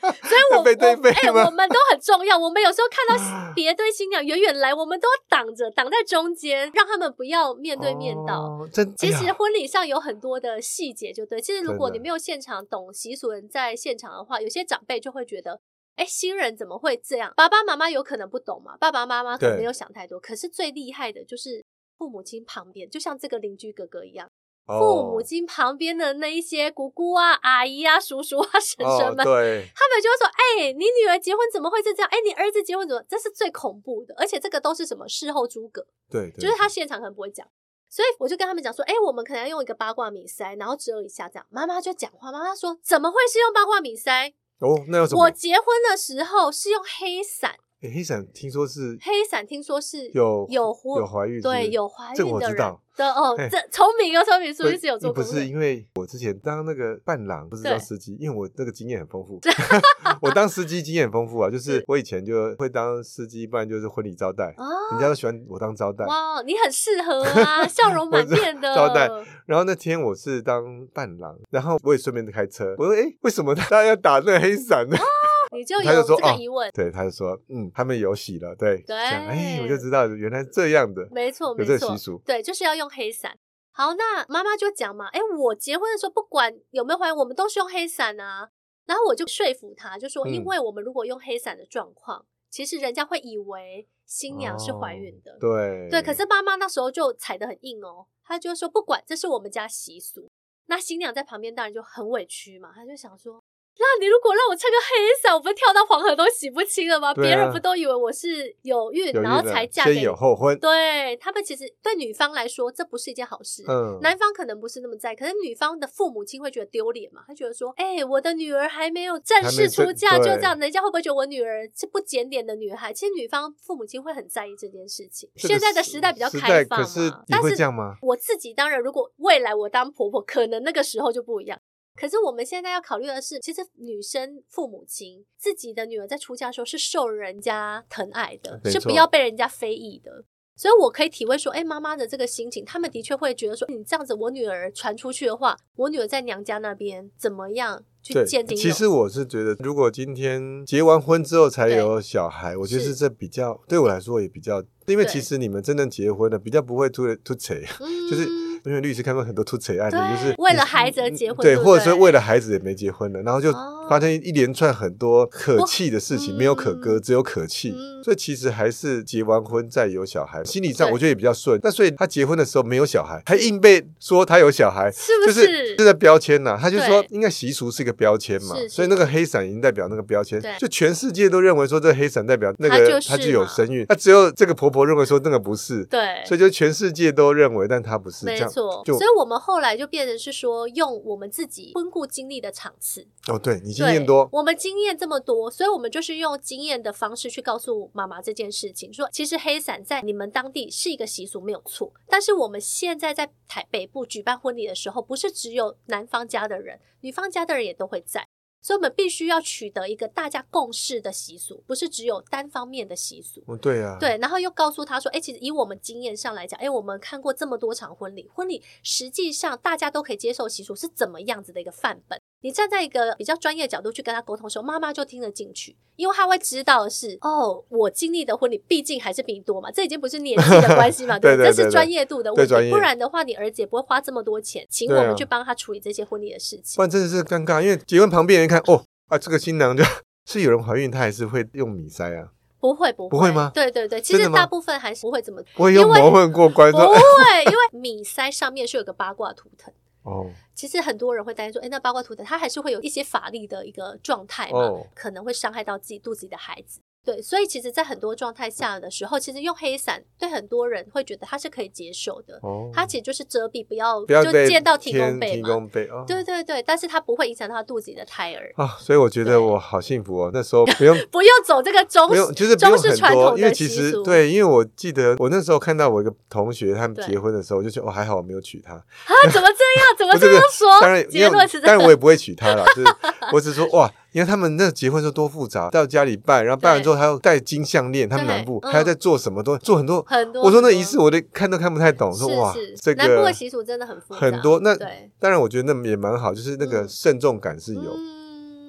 Speaker 2: 所以
Speaker 1: <laughs>
Speaker 2: 我
Speaker 1: 背对背
Speaker 2: 我哎、
Speaker 1: 吗啊
Speaker 2: 我们都很重要。我们有时候看到别对新娘远远来，我们都要挡着，挡在中间，让他们不要面对面到。
Speaker 1: 哦真
Speaker 2: 其
Speaker 1: 哎
Speaker 2: 实
Speaker 1: 呀
Speaker 2: 婚礼上有很多的细节，就对。其实如果
Speaker 1: 真的
Speaker 2: 你没有现场懂习俗，人在现场的话，有些长辈就会觉得，哎，新人怎么会这样？爸爸妈妈有可能不懂嘛，爸爸妈妈可能
Speaker 1: 对
Speaker 2: 没有想太多。可是最厉害的就是父母亲旁边，就像这个邻居哥哥一样，父母
Speaker 1: 哦
Speaker 2: 亲旁边的那一些姑姑啊、阿姨啊、叔叔啊、婶婶
Speaker 1: 哦
Speaker 2: 们。
Speaker 1: 对，
Speaker 2: 他们就会说：“哎、你女儿结婚怎么会是这样？哎、你儿子结婚怎么？这是最恐怖的，而且这个都是什么事后诸葛。”
Speaker 1: 对，对
Speaker 2: 就是他现场可能不会讲，所以我就跟他们讲说，哎、我们可能要用一个八卦米塞，然后遮一下这样。妈妈就讲话，妈妈说怎么会是用八卦米塞？
Speaker 1: 哦，那有什么
Speaker 2: 我？结婚的时候是用黑伞，
Speaker 1: 诶黑伞听说是
Speaker 2: 黑伞听说是
Speaker 1: 有
Speaker 2: 有
Speaker 1: 有怀孕是不是
Speaker 2: 对有怀
Speaker 1: 这个
Speaker 2: 孕
Speaker 1: 我
Speaker 2: 的
Speaker 1: 知
Speaker 2: 人
Speaker 1: 道。
Speaker 2: 的哦
Speaker 1: 嘿，
Speaker 2: 这聪明哦，聪明，苏
Speaker 1: 所以
Speaker 2: 律师有做
Speaker 1: 不
Speaker 2: 功
Speaker 1: 是
Speaker 2: 课。
Speaker 1: 因为我之前当那个伴郎，不是
Speaker 2: 对
Speaker 1: 当司机，因为我那个经验很丰
Speaker 2: <laughs>
Speaker 1: 富。我当司机经验很丰富啊，就是
Speaker 2: 是
Speaker 1: 我以前就会当司机，不然就是婚礼招待， <laughs> 人
Speaker 2: 啊，
Speaker 1: 家都喜欢我当招待。
Speaker 2: 哇，你很适合
Speaker 1: <laughs>
Speaker 2: 啊，笑容满面的。
Speaker 1: 招待然后那天我是当伴郎，然后我也顺便开车。我说：“诶，为什么大家要打那个黑伞呢？” <laughs>
Speaker 2: 你就
Speaker 1: 他
Speaker 2: 有
Speaker 1: 就说
Speaker 2: 这个
Speaker 1: 哦
Speaker 2: 疑问，
Speaker 1: 对，他就说：“嗯，他们有喜了。”对，
Speaker 2: 对
Speaker 1: 这样哎，我就知道原来是这样的，
Speaker 2: 没错，
Speaker 1: 有
Speaker 2: 没
Speaker 1: 这个
Speaker 2: 错
Speaker 1: 习，俗。
Speaker 2: 对，就是要用黑伞。好，那妈妈就讲嘛，哎，我结婚的时候不管有没有怀孕，我们都是用黑伞啊。然后我就说服她，就说，因
Speaker 1: 嗯
Speaker 2: 为我们如果用黑伞的状况，其实人家会以为新娘是怀孕的。
Speaker 1: 哦对
Speaker 2: 对，可是妈妈那时候就踩得很硬哦，她就说不管，这是我们家习俗。那新娘在旁边当然就很委屈嘛，她就想说，那你如果让我撑个黑伞，我不是跳到黄河都洗不清了吗？
Speaker 1: 对啊
Speaker 2: 别人不都以为我是有孕，
Speaker 1: 有
Speaker 2: 然后
Speaker 1: 孕了
Speaker 2: 才嫁给
Speaker 1: 先有后婚。
Speaker 2: 对他们其实对女方来说，这不是一件好事。
Speaker 1: 嗯，
Speaker 2: 男方可能不是那么在意，可是女方的父母亲会觉得丢脸嘛？他觉得说，哎、我的女儿还没有正
Speaker 1: 还没
Speaker 2: 式
Speaker 1: 正
Speaker 2: 出嫁就
Speaker 1: 对
Speaker 2: 这样，人家会不会觉得我女儿是不检点的女孩？其实女方父母亲会很在意这件事情。
Speaker 1: 这个
Speaker 2: 现在的时代比较
Speaker 1: 时
Speaker 2: 开
Speaker 1: 代
Speaker 2: 放
Speaker 1: 可
Speaker 2: 嘛，
Speaker 1: 是你
Speaker 2: 但
Speaker 1: 会
Speaker 2: 是
Speaker 1: 这样吗？
Speaker 2: 我自己当然，如果未来我当婆婆，可能那个时候就不一样。可是我们现在要考虑的是，其实女生父母亲自己的女儿在出嫁的时候是受人家疼爱的，
Speaker 1: 没
Speaker 2: 是不
Speaker 1: 错
Speaker 2: 要被人家非议的。所以我可以体会说，哎、妈妈的这个心情，他们的确会觉得说，你这样子，我女儿传出去的话，我女儿在娘家那边怎么样去
Speaker 1: 对
Speaker 2: 鉴，定？
Speaker 1: 其实我是觉得，如果今天结完婚之后才
Speaker 2: 对
Speaker 1: 有小孩，我觉得
Speaker 2: 是
Speaker 1: 是这比较对我来说也比较，因为
Speaker 2: 对
Speaker 1: 其实你们真正结婚了，比较不会突突贼，
Speaker 2: 嗯
Speaker 1: 就是 <laughs> 因为律师看过很多突贼案子，
Speaker 2: 对
Speaker 1: 就是
Speaker 2: 为
Speaker 1: 你
Speaker 2: 了孩子而结婚
Speaker 1: 对，
Speaker 2: 对不
Speaker 1: 或者说
Speaker 2: 对
Speaker 1: 为了孩子也没结婚了，然后就
Speaker 2: 哦
Speaker 1: 发生一连串很多可气的事情，
Speaker 2: 哇
Speaker 1: 没有可歌，
Speaker 2: 嗯
Speaker 1: 只有可气。
Speaker 2: 嗯
Speaker 1: 所以其实还是结完婚再有小孩，心理上
Speaker 2: 对
Speaker 1: 我觉得也比较顺。那所以他结婚的时候没有小孩，还硬被说他有小孩，
Speaker 2: 是
Speaker 1: 就
Speaker 2: 不
Speaker 1: 是这个标签呐、他就说
Speaker 2: 对
Speaker 1: 应该习俗是一个标签嘛
Speaker 2: 是，是
Speaker 1: 所以那个黑伞已经代表那个标签
Speaker 2: 对，
Speaker 1: 就全世界都认为说这个黑伞代表那
Speaker 2: 它
Speaker 1: 个
Speaker 2: 就是
Speaker 1: 他就有
Speaker 2: 嘛
Speaker 1: 生育，那只有这个婆婆认为说那个不是，
Speaker 2: 对，
Speaker 1: 所以就全世界都认为，但她不是这
Speaker 2: 没
Speaker 1: 样，
Speaker 2: 错。
Speaker 1: 就
Speaker 2: 所以我们后来就变成是说，用我们自己婚故经历的场次，
Speaker 1: 哦，对你经
Speaker 2: 对，
Speaker 1: 验多，
Speaker 2: 我们经验这么多，所以我们就是用经验的方式去告诉妈妈这件事情，说其实黑伞在你们当地是一个习俗没有错，但是我们现在在台北部举办婚礼的时候，不是只有男方家的人，女方家的人也都会在。所以，我们必须要取得一个大家共识的习俗，不是只有单方面的习俗。
Speaker 1: 哦，对啊，
Speaker 2: 对，然后又告诉他说，哎、其实以我们经验上来讲，哎、我们看过这么多场婚礼，婚礼实际上大家都可以接受习俗是怎么样子的一个范本。你站在一个比较专业的角度去跟他沟通的时候，妈妈就听得进去，因为她会知道的是哦，我经历的婚礼毕竟还是比你多嘛，这已经不是年纪的关
Speaker 1: <laughs>
Speaker 2: 系嘛，
Speaker 1: 对
Speaker 2: 不
Speaker 1: 对
Speaker 2: 这
Speaker 1: 对
Speaker 2: 是
Speaker 1: 对
Speaker 2: 专业度的
Speaker 1: 对
Speaker 2: 问
Speaker 1: 专
Speaker 2: 题，
Speaker 1: 业
Speaker 2: 不然的话，你儿子也不会花这么多钱，请
Speaker 1: 对
Speaker 2: 我
Speaker 1: 啊
Speaker 2: 们去帮他处理这些婚礼的事情
Speaker 1: 不。然真的是尴尬，因为结婚旁边人看哦啊，这个新娘就是有人怀孕，她还是会用米塞啊，
Speaker 2: 不会，不会，
Speaker 1: 不会吗
Speaker 2: 对对对，其
Speaker 1: 真的
Speaker 2: 实
Speaker 1: 吗
Speaker 2: 大部分还是不会怎么，
Speaker 1: 不会用
Speaker 2: 因为
Speaker 1: 魔混过关
Speaker 2: 不
Speaker 1: 说
Speaker 2: 会，因为米塞上面是有个八卦图腾。
Speaker 1: 哦，
Speaker 2: 其实很多人会担心说，哎，那八卦图腾它还是会有一些法力的一个状态嘛，
Speaker 1: 哦
Speaker 2: 可能会伤害到自己肚子里的孩子。对，所以其实，在很多状态下的时候，其实用黑伞对很多人会觉得它是可以接受的，
Speaker 1: 哦，
Speaker 2: 它其实就是遮蔽，不要
Speaker 1: 不要
Speaker 2: 就
Speaker 1: 被
Speaker 2: 见到提供
Speaker 1: 天
Speaker 2: 被
Speaker 1: 提
Speaker 2: 嘛。
Speaker 1: 供被哦，
Speaker 2: 对对对，但是它不会影响到它肚子里的胎儿，
Speaker 1: 啊，所以我觉
Speaker 2: 对
Speaker 1: 得我好幸福哦，那时候不用
Speaker 2: 不用走这个中
Speaker 1: 不用，就是不
Speaker 2: 中
Speaker 1: 用
Speaker 2: 式
Speaker 1: 很
Speaker 2: 传统
Speaker 1: 多，因为
Speaker 2: 的
Speaker 1: 其
Speaker 2: 习
Speaker 1: 实
Speaker 2: 俗。
Speaker 1: 对，因为我记得我那时候看到我一个同学他们
Speaker 2: 对
Speaker 1: 结婚的时候，我就觉得哦还好我没有娶她，
Speaker 2: 啊，怎么这
Speaker 1: <laughs>
Speaker 2: 样？怎么
Speaker 1: 我这
Speaker 2: 这
Speaker 1: 个
Speaker 2: 样说？
Speaker 1: 当然，
Speaker 2: 结
Speaker 1: 因为
Speaker 2: 论是这
Speaker 1: 当然我
Speaker 2: 样。
Speaker 1: 也不会娶她啦，
Speaker 2: <laughs>
Speaker 1: 就是我只是说哇，你看他们那结婚的时候多复杂，到家里办，然后办完之后还要戴金项链，他们
Speaker 2: 对
Speaker 1: 南部
Speaker 2: 嗯
Speaker 1: 还要再做什么都做很多，
Speaker 2: 很多
Speaker 1: 我说那
Speaker 2: 很多
Speaker 1: 仪式我都看都看不太懂，
Speaker 2: 是
Speaker 1: 说哇
Speaker 2: 是
Speaker 1: 这
Speaker 2: 南部
Speaker 1: 个
Speaker 2: 的习俗真的很复杂，
Speaker 1: 很多那
Speaker 2: 对，
Speaker 1: 当然我觉得那也蛮好，就是那个
Speaker 2: 嗯
Speaker 1: 慎重感是有，
Speaker 2: 嗯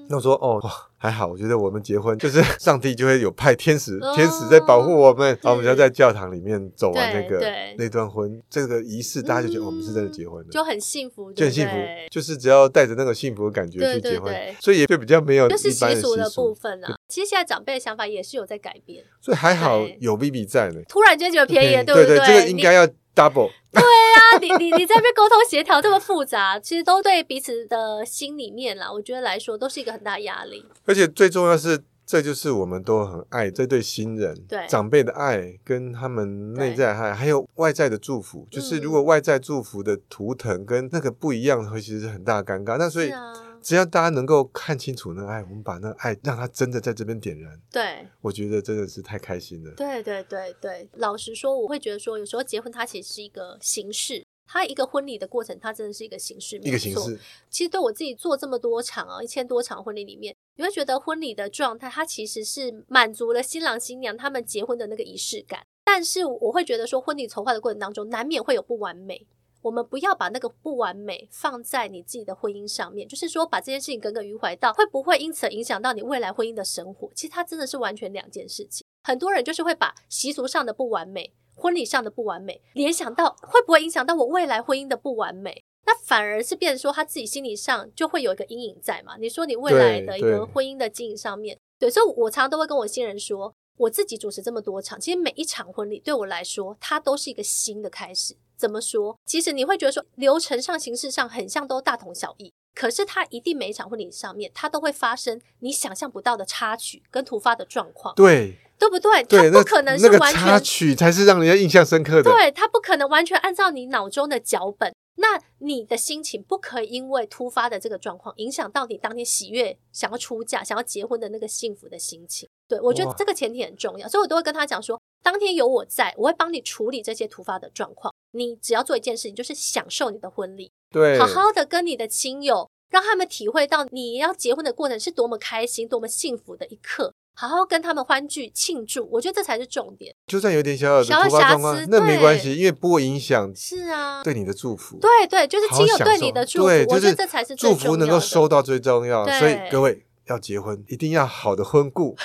Speaker 1: 那我说哦，哇，还好，我觉得我们结婚就是上帝就会有派天使，
Speaker 2: 哦
Speaker 1: 天使在保护我们，然后我们就要在教堂里面走完那个
Speaker 2: 对对
Speaker 1: 那段婚这个仪式，大家就觉得哦
Speaker 2: 嗯
Speaker 1: 我们是真的结婚了，
Speaker 2: 就很幸福，
Speaker 1: 就
Speaker 2: 对
Speaker 1: 很
Speaker 2: 不
Speaker 1: 幸福
Speaker 2: 对，
Speaker 1: 就是只要带着那个幸福的感觉
Speaker 2: 对
Speaker 1: 去
Speaker 2: 对
Speaker 1: 结婚
Speaker 2: 对，
Speaker 1: 所以也就比较没呃有一般
Speaker 2: 就是习
Speaker 1: 习
Speaker 2: 俗的部分啊。其实现在长辈的想法也是有在改变，
Speaker 1: 所以还好
Speaker 2: 对
Speaker 1: 有 B B 在呢，
Speaker 2: 突然间觉得便宜了，
Speaker 1: 对
Speaker 2: 不
Speaker 1: 对，
Speaker 2: 对？
Speaker 1: 这个应该要 double，
Speaker 2: 你啊，你你你在被沟通协调这么复杂，其实都对彼此的心里面啦，我觉得来说都是一个很大压力。
Speaker 1: 而且最重要是。这就是我们都很爱这对新人，
Speaker 2: 对
Speaker 1: 长辈的爱跟他们内在爱，还有外在的祝福，就是
Speaker 2: 嗯
Speaker 1: 如果外在祝福的图腾跟那个不一样，会其实很大的尴尬。那所以
Speaker 2: 是啊，
Speaker 1: 只要大家能够看清楚那个爱，我们把那个爱让它真的在这边点燃，
Speaker 2: 对
Speaker 1: 我觉得真的是太开心了。
Speaker 2: 对对对对，老实说，我会觉得说，有时候结婚它其实是一个形式，它一个婚礼的过程，它真的是一个形式，没
Speaker 1: 一个形
Speaker 2: 错
Speaker 1: 式，
Speaker 2: 其实对我自己做这么多场啊，一千多场婚礼里面，你会觉得婚礼的状态，它其实是满足了新郎新娘他们结婚的那个仪式感。但是我会觉得说，婚礼筹划的过程当中，难免会有不完美。我们不要把那个不完美放在你自己的婚姻上面，就是说把这件事情耿耿于怀到，会不会因此影响到你未来婚姻的生活？其实它真的是完全两件事情。很多人就是会把习俗上的不完美、婚礼上的不完美联想到，会不会影响到我未来婚姻的不完美？那反而是变成说他自己心理上就会有一个阴影在嘛？你说你未来的一
Speaker 1: 对对
Speaker 2: 个婚姻的经营上面，对，所以我常常都会跟我新人说，我自己主持这么多场，其实每一场婚礼对我来说，它都是一个新的开始。怎么说？其实你会觉得说流程上、形式上很像，都大同小异。可是它一定每一场婚礼上面，它都会发生你想象不到的插曲跟突发的状况，
Speaker 1: 对
Speaker 2: 对不对？
Speaker 1: 对，
Speaker 2: 它
Speaker 1: 那
Speaker 2: 不可能
Speaker 1: 那
Speaker 2: 是
Speaker 1: 个
Speaker 2: 完全
Speaker 1: 插曲才是让人家印象深刻的。
Speaker 2: 对，他不可能完全按照你脑中的脚本。那你的心情不可以因为突发的这个状况影响到你当天喜悦、想要出嫁、想要结婚的那个幸福的心情。对我觉得
Speaker 1: 哇
Speaker 2: 这个前提很重要，所以我都会跟他讲说，当天有我在，我会帮你处理这些突发的状况。你只要做一件事情，就是享受你的婚礼，
Speaker 1: 对，
Speaker 2: 好好的跟你的亲友，让他们体会到你要结婚的过程是多么开心、多么幸福的一刻，好好跟他们欢聚庆祝。我觉得这才是重点。
Speaker 1: 就算有点小小
Speaker 2: 小
Speaker 1: 的突
Speaker 2: 瑕
Speaker 1: 发状况
Speaker 2: 疵，
Speaker 1: 那没
Speaker 2: 对
Speaker 1: 关系，因为不会影响
Speaker 2: 是啊，
Speaker 1: 对你的祝福。
Speaker 2: 对对，就是
Speaker 1: 好
Speaker 2: 亲友
Speaker 1: 享
Speaker 2: 对
Speaker 1: 受
Speaker 2: 你的祝福，
Speaker 1: 对就
Speaker 2: 我觉
Speaker 1: 是
Speaker 2: 得这才是最
Speaker 1: 祝
Speaker 2: 重
Speaker 1: 福
Speaker 2: 要
Speaker 1: 能够
Speaker 2: 的
Speaker 1: 收到最重要。所以
Speaker 2: 对
Speaker 1: 各位要结婚，一定要好的婚故。 <laughs>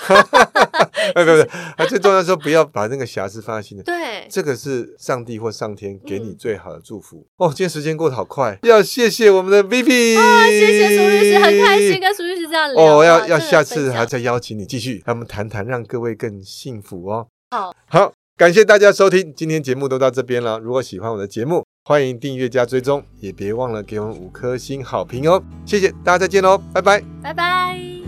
Speaker 1: 哎，不不，啊，最重要的是不要把那个瑕疵放在心里。
Speaker 2: 对，
Speaker 1: 这个是上帝或上天给你
Speaker 2: 嗯
Speaker 1: 最好的祝福、哦。今天时间过得好快，要谢谢我们的 Vivi，、
Speaker 2: 哦谢谢苏律师，很开心。跟苏律师这样聊啊。
Speaker 1: 哦，要要
Speaker 2: 真的
Speaker 1: 下
Speaker 2: 分
Speaker 1: 次还
Speaker 2: 享
Speaker 1: 再邀请你继续，让我们谈谈，让各位更幸福哦。
Speaker 2: 好，
Speaker 1: 好，感谢大家收听，今天节目都到这边了。如果喜欢我的节目，欢迎订阅加追踪，也别忘了给我们五颗星好评哦。谢谢大家，再见喽，拜拜。
Speaker 2: 拜拜。